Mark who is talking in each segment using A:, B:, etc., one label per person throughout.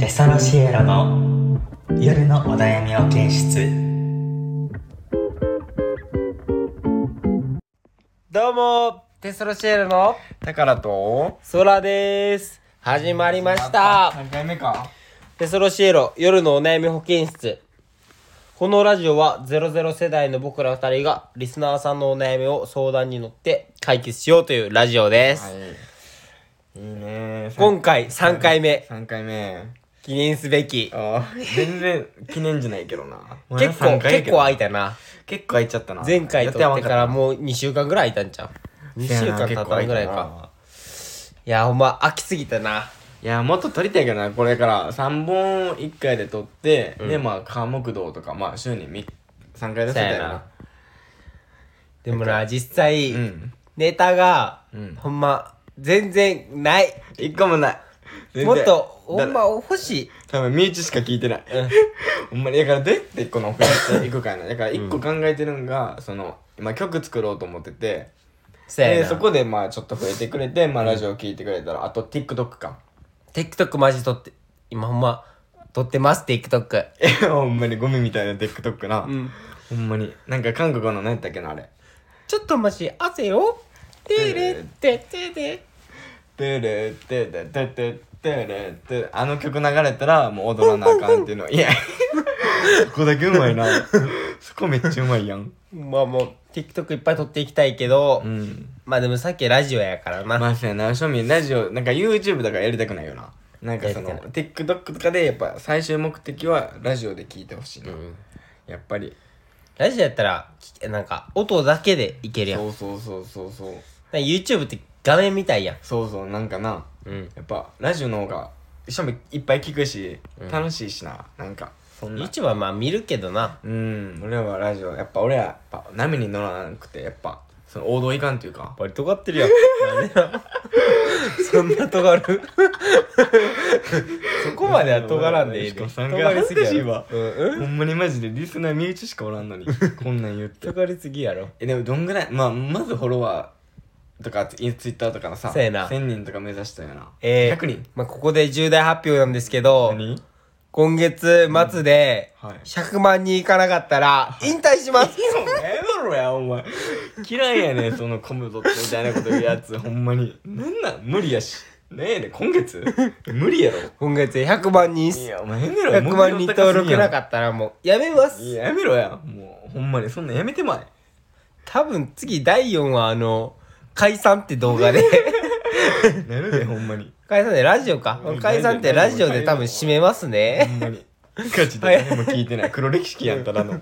A: テサロシエロの夜のお悩みを検出
B: どうもテスロシエルの
C: だからと
B: ソラです始まりました
C: 何回目か
B: テスロシエロ夜のお悩み保健室このラジオは00世代の僕ら二人がリスナーさんのお悩みを相談に乗って解決しようというラジオです、
C: はいいいね
B: 今回3回目
C: 3回目
B: 記念すべき
C: あー全然記念じゃないけどな
B: 結構結構空いたな
C: 結構空いちゃったな
B: 前回撮
C: や
B: って
C: て
B: から
C: う
B: もう2週間ぐらい空いたんじゃん2週間経ったぐらいかいやほんま飽きすぎたない
C: やもっと撮りたいけどなこれから3本1回で撮って、でまあ科目道とかまあ週に3 3回出せ
B: そ
C: た
B: うや
C: よ
B: な
C: な
B: でもな実際、
C: うん
B: ネタが、
C: うん
B: ほんま全然ない
C: 1個もない全
B: も
C: 然
B: っとほ
C: だ
B: んま欲しい
C: 多分身内しか聞 いてない、ほんまにだからどうやってこの送っていくかやなだから一個考えてるんが、その今曲作ろうと思ってて
B: そ
C: で
B: な
C: そこでまあちょっと増えてくれて、まあ、ラジオ聞いてくれたらあと TikTok か
B: TikTok マジ撮って今ほんま撮ってます TikTok
C: えほんまにゴミみたいな TikTok な、
B: ん
C: ほんまになんか韓国の何やったっけなあれ
B: ちょっとマジ汗をてれっててれ
C: 「てれてれてててれて」あの曲流れたらもう踊らなあかんっていうのいや そこだけうまいな そこめっちゃうまいやん
B: まあもう TikTok いっぱい撮っていきたいけど、
C: うん
B: まあでもさっきラジオやからな、
C: まあそうやな庶民ラジオなんか YouTube だからやりたくないよななんかその
B: やり
C: TikTok とかでやっぱ最終目的はラジオで聞いてほしいな、
B: うん
C: やっぱり
B: ラジオやったらきなんか音だけでいけるやん
C: そうそうそうそうそう
B: なんか YouTube って画面みたいやん
C: そうそうなんかな
B: うん
C: やっぱラジオの方が庶民いっぱい聞くし、楽しいしななんかそんな
B: YouTube はまあ見るけどな
C: うん俺はラジオやっぱ俺はやっぱ波に乗らなくてやっぱその王道いかんっていうか
B: バリ尖ってるやん。なんでなそんな尖るそこまでは尖らんでええ
C: し
B: で。
C: かも
B: 尖
C: 三回
B: りすぎや
C: 恥ずかしい
B: ろ
C: わ。
B: うん
C: ほんまにマジでリスナー身内しかおら んのにこんなん言って
B: 尖りすぎやろ。
C: えでもどんぐらいまあまずフォロワーとかツイツイッターとかのさ
B: そうやな
C: 1000人とか目指したよな
B: えー
C: 100人
B: まあ、ここで重大発表なんですけど、
C: 何
B: 今月末で
C: うんはい
B: 100万人いかなかったら引退します。
C: えだろやお前嫌いや ねんそのコムドットみたいなこと言うやつほんまになんなん無理やしねえねん今月無理やろ
B: 今月で100万人っす
C: いやお前やめろや
B: 100万人登録なか
C: っ
B: ったらもうやめま
C: い
B: す。
C: ややめろやもうほんまにそんなんやめてまい
B: 多分次第4話あの、解散って動画で。
C: なるでほんまに
B: 解散でラジオか。解散ってラジオで多分締めますね。
C: ほんまにガチで誰も聞いてない黒歴史やんただの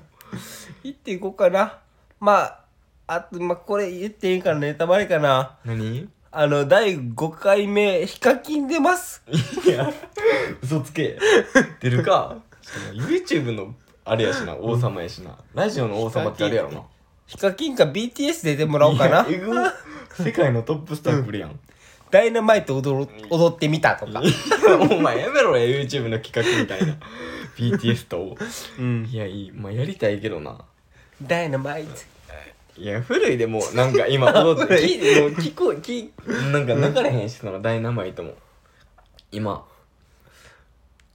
B: 言っていこうかなまああとまあこれ言っていいからネタバレかな
C: 何
B: あの第5回目ヒカキン出ます
C: いや、嘘つけ。出るか。しかも YouTube のあれやしな、王様やしな。ラジオの王様ってあれやろな。
B: ヒカキンか BTS 出てもらおうかない
C: やえぐ世界のトップスタッフやん。
B: ダイナマイト踊ろ踊ってみたとか
C: お前やめろや、YouTube の企画みたいな。BTS と。
B: うん
C: いや、いい。まあ、やりたいけどな。
B: ダイナマイト
C: いや、古いでもう、なんか今踊っ て、
B: 古い
C: 聞いもう聞こう、聞なんか流れへんし、そのダイナマイトも。今。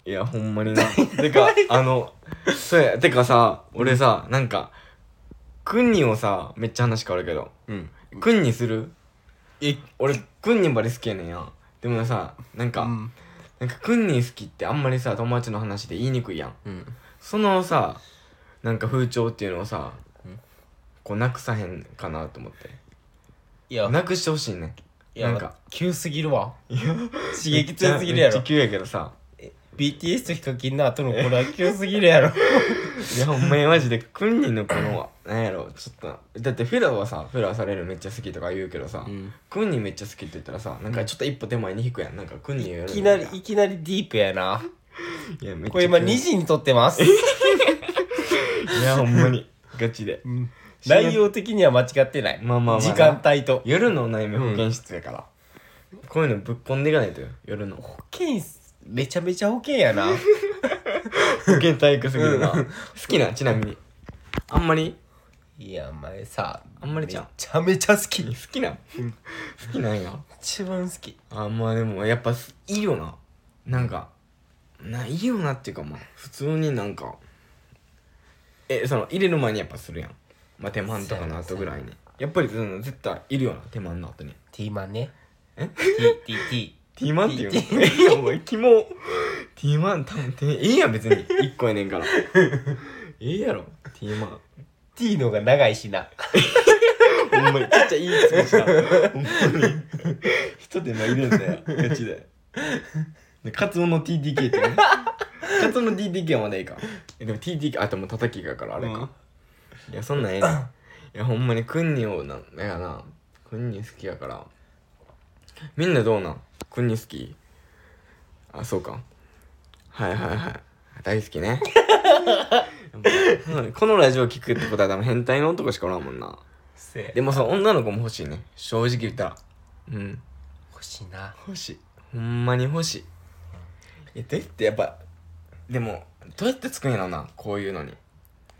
C: いや、ほんまにな。て か、あの、そうや、てかさ、俺さ、なんか、くんにをさ、めっちゃ話変わるけど、
B: うん
C: くんにする
B: え
C: 俺、くんにばり好きやねんや。でもさ、なんか、
B: うん
C: なんかくんに好きってあんまりさ、友達の話で言いにくいやん。
B: うん
C: そのさ、なんか風潮っていうのをさ、こう、なくさへんかなと思って。
B: いや
C: なくしてほしいね
B: いや
C: なんか
B: 急すぎるわ刺激
C: 激
B: 強すぎるやろ
C: 地球やけどさ
B: BTS とヒカキンの後のこれは急すぎるやろ
C: いやお前マジで訓練のこのなんやろちょっとだってフェラーはさフェラーされるめっちゃ好きとか言うけどさ、
B: ん
C: 訓練めっちゃ好きって言ったらさなんかちょっと一歩手前に引くやんなんか訓練よ
B: い
C: り
B: きなりいきなりディープやない
C: やめっちゃ
B: これ今
C: 急
B: 2時に撮ってます
C: いやほんまにガチで
B: 内容的には間違ってない
C: まあまあまあ
B: 時間帯と
C: 夜のお悩み保健室やから、こういうのぶっこんでいかないとよ夜 の
B: 保険めちゃめちゃ保険やな
C: 保健体育すぎるな
B: う
C: 好きなちなみにあんまり
B: いやお前さ
C: あんまりじゃん
B: めちゃめちゃ好き
C: 好きなん好きなんや
B: 一番好き
C: あまあでもやっぱすいいよななんかないよなっていうかまあ普通になんかえその入れる前にやっぱするやんまあ手間とかの後ぐらいにやっぱりその絶対いるよな手間の後に
B: T マンね
C: え
B: ?TTT
C: ティーマンっていうのええやんお前キモティーマン多分てええやん別に1個やねんから ええやろティーマン
B: T のが長いしな
C: ほんまにちっちゃいいいつもしたほんまに人手投げるんだよガチででカツオの TTK ってねカツオの TTK はまだいいかえでも TTK あでも叩きがからあれか、いやそんなんえ えねんいやほんまにクンニをなんだよなクンニ好きやからみんなどうなんクンニ好きあそうかはいはいはい大好き ねこのラジオ聞くってことは多分変態の男しかおらんもんな
B: せ
C: でもその女の子も欲しいね正直言ったらうん
B: 欲しいな
C: 欲しいほんまに欲しいえどうやってやっぱでもどうやってつくんやろなこういうのに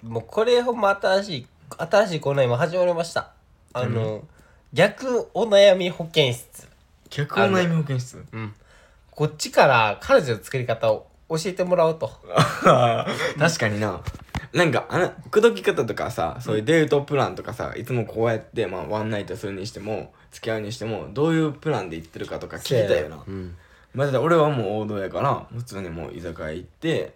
B: もうこれほんま新しい新しいコーナー今始まりましたあの、逆お悩み保健室
C: 逆お悩み保健室
B: うんこっちから彼女の作り方を教えてもらおうと
C: 確かにななんかあの口説き方とかさそういうデートプランとかさいつもこうやって、まあ、ワンナイトするにしても付き合うにしてもどういうプランで行ってるかとか聞きたいよな
B: うん
C: まあ、だって俺はもう王道やから普通にもう居酒屋行って、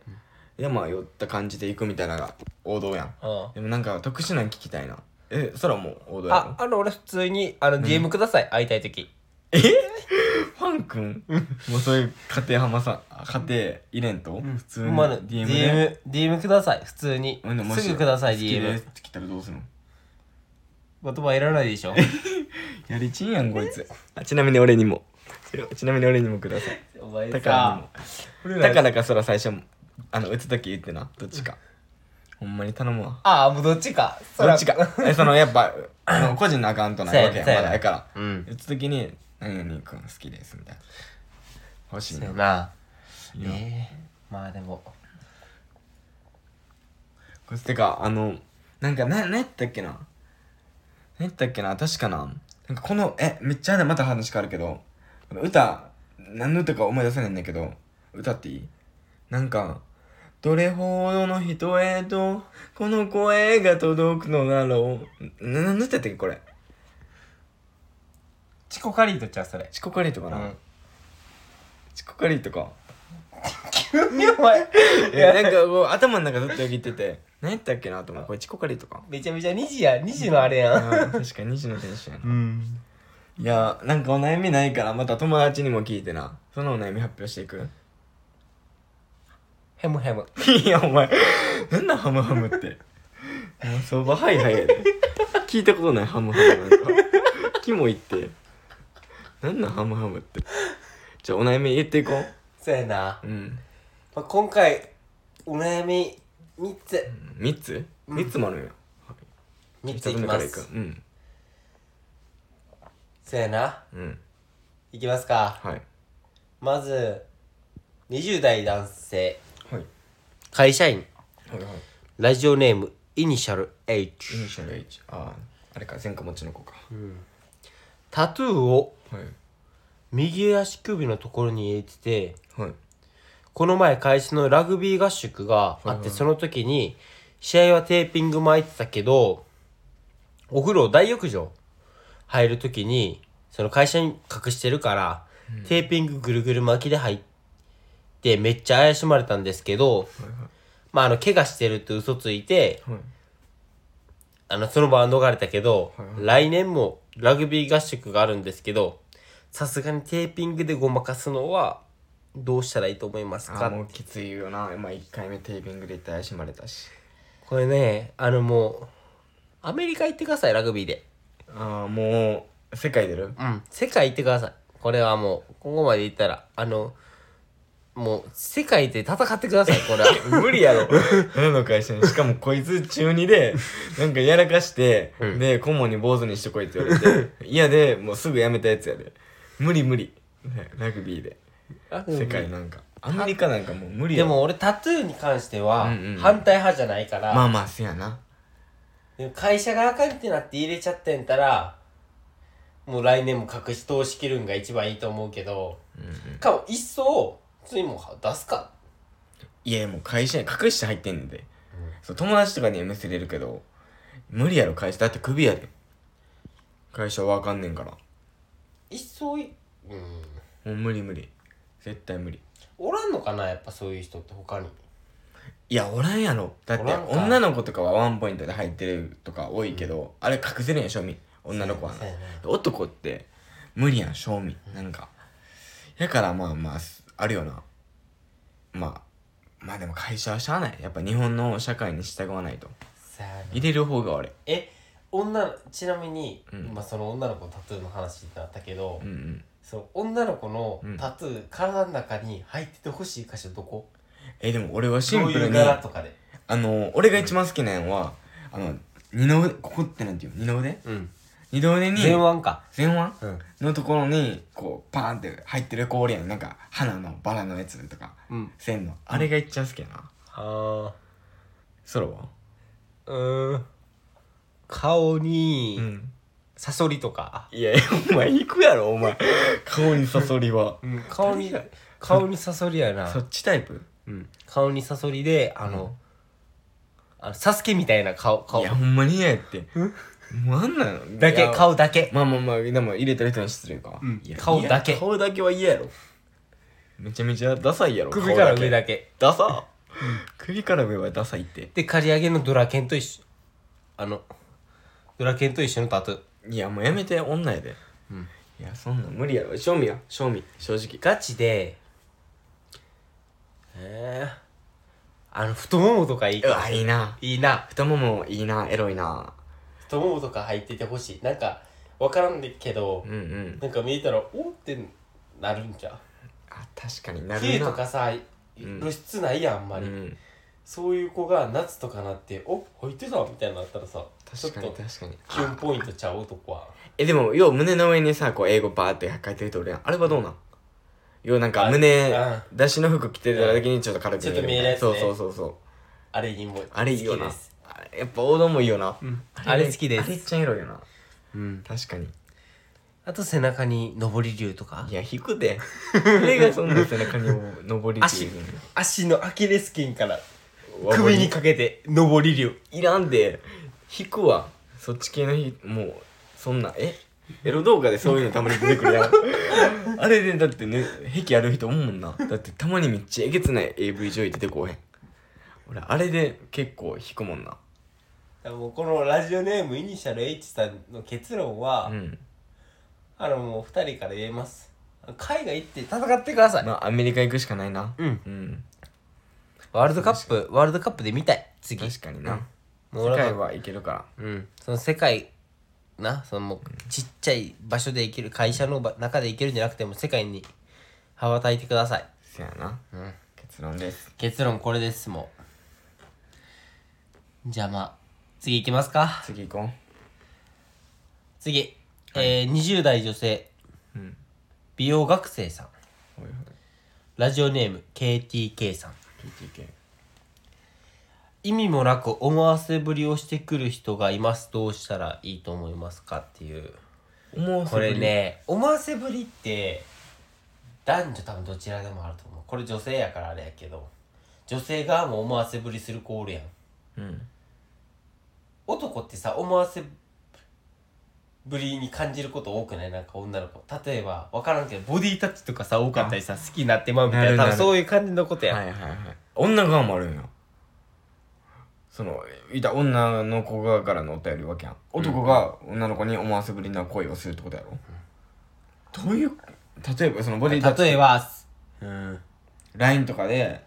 C: でまあ酔った感じで行くみたいなのが王道やん
B: うん
C: でもなんか特殊なん聞きたいなえそらもう王道や
B: あ
C: ろ
B: あの俺普通にあの DM ください、会いたい時
C: ファン君もうそういう家庭浜さん家庭入れんと、普通
B: ほ
C: に
B: んまの
C: DM で
B: DM, DM ください普通に
C: ほんでもし
B: すぐください
C: 好きで
B: DM
C: すって来たらどうするの
B: 言葉いらないで しょ
C: やりちんやんこいつあちなみに俺にもちなみに俺にもください
B: お前
C: だ
B: さ
C: からにもだからかそら最初あの打つ時言ってなどっちかほんまに頼むわ
B: ああもうどっちかそ
C: ど
B: ら
C: っちか。え、その、やっぱ、あの個人のアカウントなわけやん
B: そう
C: ま
B: やね
C: だ。だから、
B: うん
C: 打つときに、何々くん好きです、みたいな。欲しい
B: そう
C: ね
B: や。な
C: え
B: ええまあでも
C: これてか、あの、なんか、な、なんやったっけな。何やったっけな、確かな。なんかこの、え、めっちゃね、また話変わるけど、この歌、何の歌か思い出せないんだけど、歌っていいなんか、どれほどの人へと、この声が届くのだろう。な、何の歌やったっけ、これ。
B: チコカリーとちゃうそれ
C: チコカリーとかな。
B: うん
C: チコカリー とか。
B: お前
C: いや、なんかこう、頭の中ずっとよぎってて、何やったっけなと思う。これチコカリーとか。
B: めちゃめちゃ2時や2時のあれや
C: あ
B: ん
C: ー確かに西野選手やな。
B: うん
C: いや、なんかお悩みないから、また友達にも聞いてな。そのお悩み発表していく。
B: ヘムヘム
C: いや、お前、なんなんハムハムって。もうそばはいはいやで。聞いたことないハムハムなんか。キモいって。なんなんハムハムって。じゃあお悩み言っていこ
B: そうやな
C: う。うん。
B: まあ、今回お悩み3つ
C: 3つ ?3 つもあるんよ。
B: 3つ
C: 一
B: い
C: つ
B: き
C: 目
B: ま
C: からいく。
B: す
C: うん。
B: そうやな
C: うん。
B: いきますか
C: はい。
B: まず20代男性
C: はい。
B: 会社員
C: はいはい。
B: ラジオネームイニシャル H
C: イニシャル H あああれか前科持ちの子か、
B: タトゥーを
C: はい
B: 右足首のところに入れてて
C: はい
B: この前会社のラグビー合宿があってその時に試合はテーピング巻いてたけどお風呂大浴場入る時にその会社に隠してるからテーピングぐるぐる巻きで入ってめっちゃ怪しまれたんですけどまああの怪我してるって嘘ついて
C: はい
B: あの、その場は逃れたけど、
C: はい
B: 来年もラグビー合宿があるんですけど、さすがにテーピングでごまかすのは、どうしたらいいと思います
C: あ
B: か
C: あもうきついよなまあ1回目テーピングで怪しまれたし
B: これね、あのもう、アメリカ行ってください、ラグビーで。
C: ああもう世界出る
B: うん。世界行ってください。これはもう、ここまで行ったら、あの、もう、世界で戦ってください、これは。
C: 無理やろ何の会社にしかもこいつ中2で なんかやらかして、で顧問に坊主にしてこいって言われて嫌でもうすぐやめたやつやで無理無理ねラグビーで
B: ラグビー
C: 世界なんかアメリカなんかもう無理
B: で
C: やろ
B: も俺、タトゥーに関しては
C: うんうん、
B: 反対派じゃないから、
C: まあまあせやな
B: でも会社があかんってなって入れちゃってんたらもう来年も隠し通しきるんが一番いいと思うけど、かも一層普通にもう出すか
C: いやもう会社に隠して入ってんねんで、そう友達とかには見せれるけど無理やろ会社だってクビやで会社わかんねんからも
B: 一層い、うん、
C: う無理無理絶対無理
B: おらんのかなやっぱそういう人って他に
C: いやおらんやろだって
B: おらんか
C: 女の子とかはワンポイントで入ってるとか多いけど、あれ隠せるんや正味女の子はな
B: そうやね
C: 男って無理やん正味なんかやからまあまあすあるよなまあまあでも会社はしゃあないやっぱ日本の社会に従わないと
B: さあ
C: 入れる方が俺
B: え女ちなみに、
C: うん
B: 今その女の子のタトゥーの話になったけど、
C: うんうん
B: その女の子の
C: うん
B: タトゥー、体の中に入っててほしい箇所どこ
C: えでも俺はシンプ
B: どうい
C: ル
B: う
C: に
B: 柄とかで
C: あの俺が一番好きなんはあの二の腕ここってなんていうの二の腕
B: うん
C: 二の腕に
B: 前腕か
C: 前腕
B: うん
C: のところにこうパーンって入ってる氷やんなんか花のバラのやつとか
B: うん
C: せんのあれが一番好きやな
B: あ
C: ソロは
B: ーうーん顔に、
C: ん
B: サソリとか、
C: いやお前行くやろお前顔にサソリは
B: うん、顔に顔にサソリやな
C: そっちタイプ
B: うん、顔にサソリであの,、あのサスケみたいな顔
C: い
B: 顔
C: やほんまに嫌やって もうあんなの
B: だ
C: い
B: け
C: や
B: 顔だけ
C: まあまあまあでも入れた人に失礼か、
B: うん
C: いや
B: 顔だけ
C: いや顔だけは嫌やろめちゃめちゃダサいやろ
B: 首から上
C: け
B: だけ
C: ダサ首から上はダサいって
B: で刈り上げのドラケンと一緒あのドラケンと一緒のタトゥー
C: いやもうやめて女やで、
B: うん
C: いやそんなん無理やろ正味や正味正直
B: ガチでえー、あの太ももとかいいうか
C: わいいない
B: いな
C: 太ももいいなエロいな
B: 太ももとか入っててほしいなんかわからんけど
C: うんうん
B: なんか見えたらおーってなるんじゃ
C: あ確かになる
B: 冬
C: な
B: とかさ
C: ん
B: 露出ないやんあんま
C: う
B: り、
C: ん
B: そういう子が夏とかなって「お入ってた」みたいになったらさちょ
C: 確
B: っ
C: かに
B: と
C: 確かに
B: キュンポイントちゃう男は
C: えでもよう胸の上にさこう英語バーって書いてる人俺あれはどうなんようなんか
B: あ
C: 胸
B: うん
C: 出しの服着てた時にちょっと軽く
B: ちょっと見えるやつね
C: そうそうそうそう
B: あれにも好きです
C: あれいいよなあれやっぱ王道もいいよな、
B: んあれ好きです
C: あれっちゃエロいよな
B: うん
C: 確かに
B: あと背中に上り竜とか
C: いや引くで手がそんな背中に登り
B: 足足のアキレス腱から
C: わ
B: 首にかけて上り竜
C: いらんで引くわそっち系の日もうそんなえエロ動画でそういうのたまに出てく るやんあれでだってね癖ある人おんもんなだってたまにめっちゃえげつない AV 女優出てこうへん俺あれで結構引くもんな
B: もうこのラジオネームイニシャル H さんの結論は、
C: うん
B: あのもう2人から言えます海外行って戦ってください、
C: まあアメリカ行くしかないな
B: うん
C: うん
B: ワールドカップワールドカップで見たい次
C: 確かにな、
B: もう
C: 世
B: 俺は
C: 界はいけるから
B: うん、その世界なそのもうちっちゃい場所で生きる会社のば中で生きるんじゃなくても世界に羽ばたいてください、
C: せやな
B: うん、
C: 結論です
B: 結論これですもうじゃあまあ次行きますか
C: 次行こ
B: 次、えー、20代女性
C: ううん
B: 美容学生さん
C: おいおい
B: ラジオネーム KTK さん
C: PTK
B: 意味もなく思わせぶりをしてくる人がいますどうしたらいいと思いますかっていう
C: 思わせ
B: こ
C: ぶり
B: れね思わせぶりって男女多分どちらでもあると思うこれ女性やからあれやけど女性側も思わせぶりする子おるやん
C: うん
B: 男ってさ思わせぶりに感じること多くないなんか女の子例えば分からんけどボディタッチとかさ多かったりさ好きになってまうみた
C: ないる
B: な
C: な
B: 多
C: る
B: 分そういう感じのことやん、
C: はいはいはい女側もあるんよそのいた女の子側からのお便りわけやん男が女の子に思わせぶりな恋をするってことやろ、どういう例えばそのボディタッチ
B: 例えばうん
C: LINE とかで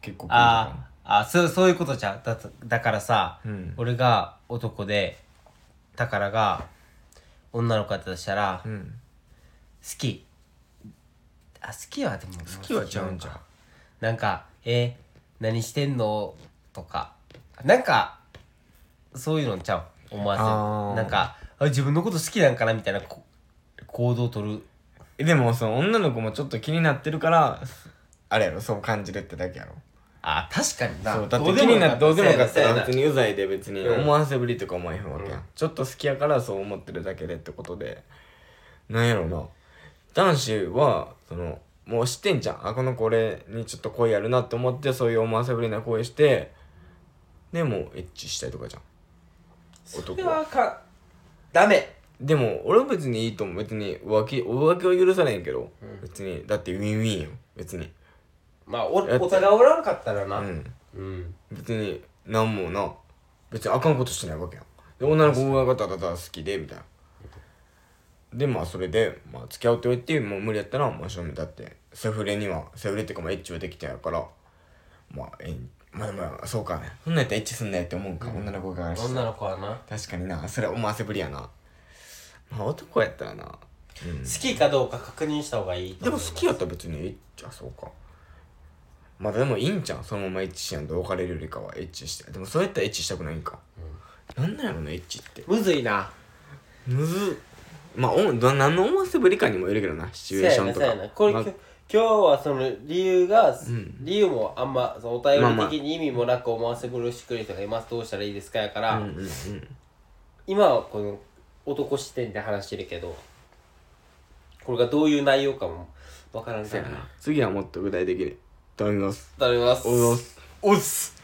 C: 結構来るとか
B: ああそうそういうことじゃんだだからさ、
C: うん
B: 俺が男で宝が女の子だとしたら、
C: うん
B: 好きあ好きはでも
C: 好きはちゃうんじゃん
B: なんか「え何してんの?」とかなんかそういうのちゃう思わせ
C: あー
B: るなんかあ自分のこと好きなんかなみたいなこ行動をとる
C: えでもその女の子もちょっと気になってるからあれやろそう感じるってだけやろ
B: あ確かにな
C: そうだって気になってどうでもよかった
B: そうや
C: ら
B: なそう
C: 別
B: やな
C: にうざいで別に
B: うん
C: 思わせぶりとか思えへんわけやん、
B: うん
C: ちょっと好きやからそう思ってるだけでってことでなんやろな男子はそのもう知ってんじゃんあこの子俺にちょっと恋あるなって思ってそういう思わせぶりな恋してでもエッチしたいとかじゃん
B: そ
C: 男
B: れ
C: は
B: はかダメ
C: でも俺は別にいいと思う別に浮気浮気は許さないけど、別にだってウィンウィンよ別に
B: まあお
C: やって
B: お互いおらんかったら
C: う
B: なうん、
C: ん別になんもな別にあかんことしてないわけやんで女の子がただただ好きでみたいなでまあそれで、まあ、付き合うって言ってもう無理やったらまあ正面だってセフレにはセフレっていうかまあエッチはできたやからまあえんまあでもそうかねそんなんやったらエッチすんなよって思うか、女の子が
B: 女の子はな好
C: 確かになそれ思わせぶりやなまあ男やったらな、うん
B: きかどうか確認した方がいいと
C: でも
B: 思う
C: 好きやったら別にエッチあそうかまだでもいいんじゃんそのままエッチしやんと別れるよりかはエッチしてでもそうやったらエッチしたくないんか、なんなんやろなエッチって
B: むずいな
C: むずっまあおど何の思わせぶりかにもよるけどなシチュエーション
B: そ
C: と
B: うや
C: か
B: なそうやなこれ、
C: まあ
B: きょ今日はその理由が、
C: ん
B: 理由もあんまそのお便
C: まあまあ
B: り的に意味もなく思わせ苦しくる人がいますどうしたらいいですかやから、
C: うんうんうん
B: 今はこの男視点で話してるけどこれがどういう内容かもわからん
C: そ
B: か
C: う
B: ら
C: や
B: な
C: な次はもっと具体的に頼みます
B: 頼みます
C: おはようございます
B: おっす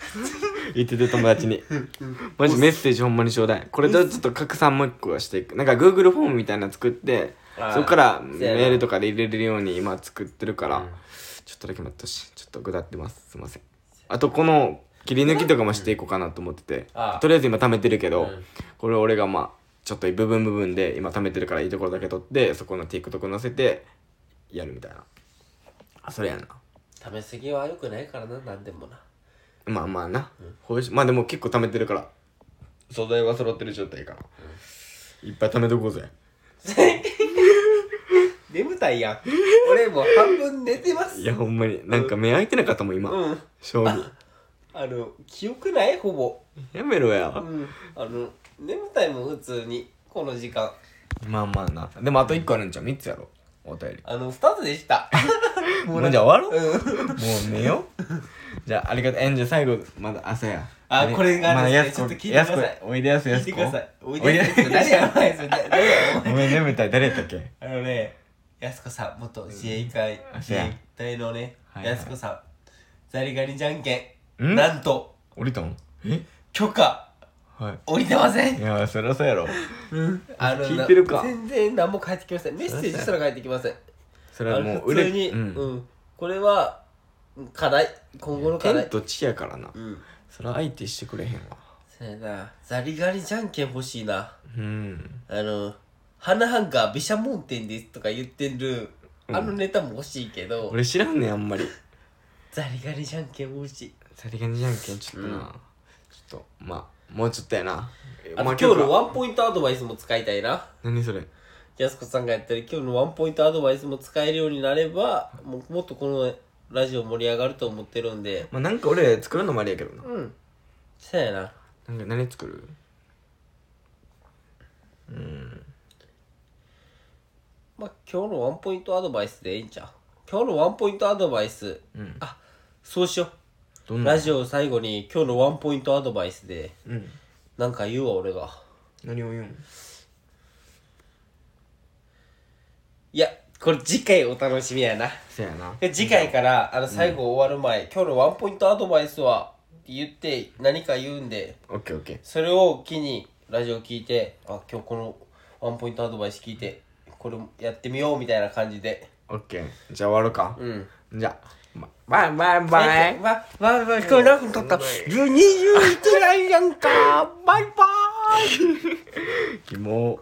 C: 言ってて友 達にマジメッセージほんまにちょうだいこれとちょっと拡散もう一個はしていくなんか Google フォームみたいなの作って
B: あー
C: そこから
B: そう
C: メ
B: やな
C: ールとかで入れれるように今作ってるから、
B: うん
C: ちょっとだけ待ってほしいちょっとぐだってますすいませんあとこの切り抜きとかもしていこうかなと思ってて
B: あー
C: とりあえず今貯めてるけど、
B: うん
C: これ俺がまあちょっと部分部分で今貯めてるからいいところだけ取ってそこの TikTok 載せてやるみたいなあそれやな
B: 食べ過ぎは良くないからな何でもな
C: まあまあな、ほうじまあでも結構貯めてるから素材は揃ってる状態かな、いっぱい貯めとこうぜ
B: 眠たいやん 俺もう半分寝てます
C: いやほんまになんか目開いてなかったもん今、
B: うん
C: 正 味
B: あの記憶ないほぼ
C: やめろや、
B: うんあの眠たいもん普通にこの時間
C: まあまあなでもあと1個あるんちゃう3つやろお便り
B: あの2つでした
C: もうじゃあ終わろう、
B: うん
C: もう寝よ うじゃあありがとうえんじゃあ最後まだ朝や
B: あこれが
C: まだ
B: ですね
C: やす
B: ちょ
C: こ
B: っと聞いてください
C: やすこおいでやすや
B: 聞
C: す
B: い
C: こ
B: てくださいおい
C: お
B: で
C: いで
B: や
C: や
B: すって何やお前それ誰やお前
C: ごめん眠たい誰やったっけ
B: あのね、やすこさん、元自衛隊、
C: うん
B: 自衛隊のね、
C: はいはい
B: やすこさん、ザリガニじゃんけん、
C: ん
B: なんと、
C: 降りたんえ
B: 許可、
C: は
B: 降りてませ
C: いい
B: ん。
C: やそりゃそうやろ
B: あの
C: 聞いてるか
B: 全然何も返ってきません。メッセージすら返ってきません。
C: そ
B: あ
C: れは
B: の
C: もう
B: 普
C: 売れ
B: 通に、う、
C: うんん、
B: これは、課題、今後の課
C: 天
B: 題。
C: と地やからな
B: うん。
C: それ相手してくれへんわ
B: そやな、ザリガニじゃんけん欲しいな。
C: うん
B: あの、花ハンガー、毘沙門天ですとか言ってる、あのネタも欲しいけど、
C: 俺知らんねんあんまり
B: ザリガニじゃんけん欲しい。
C: さりげにじゃんけんちょっとな、
B: うん
C: ちょっとまあもうちょっとやな
B: あ
C: ま
B: と
C: あ
B: 今日
C: 曲
B: の
C: は
B: ワンポイントアドバイスも使いたいな。
C: 何それ
B: やすこさんがやってる今日のワンポイントアドバイスも使えるようになれば、もうもっとこのラジオ盛り上がると思ってるんで。
C: まあなんか俺作るのもありやけどな
B: うん。そうやな。
C: なんか何作る
B: まあ、今日のワンポイントアドバイスでいいんちゃう今日のワンポイントアドバイス。
C: うん
B: あ、そうしよ
C: ど
B: う。
C: んな
B: ラジオを最後に今日のワンポイントアドバイスで、
C: うん
B: なんか言うわ、俺が。
C: 何を言うん
B: いや、これ次回お楽しみやな。
C: せやな
B: で次回から、あの、最後終わる前、今日のワンポイントアドバイスは、って言って、何か言うんで、
C: オッケーオッケー
B: それを機にラジオ聞いてあ今日このワンポイントアドバイス聞いてこれやってみようみたいな感じで
C: オッケーじゃあ終わろうか、
B: うん
C: じゃあまバイバイバイ
B: わわわ今日なくなった21ラインやんかバイバーイ
C: キモ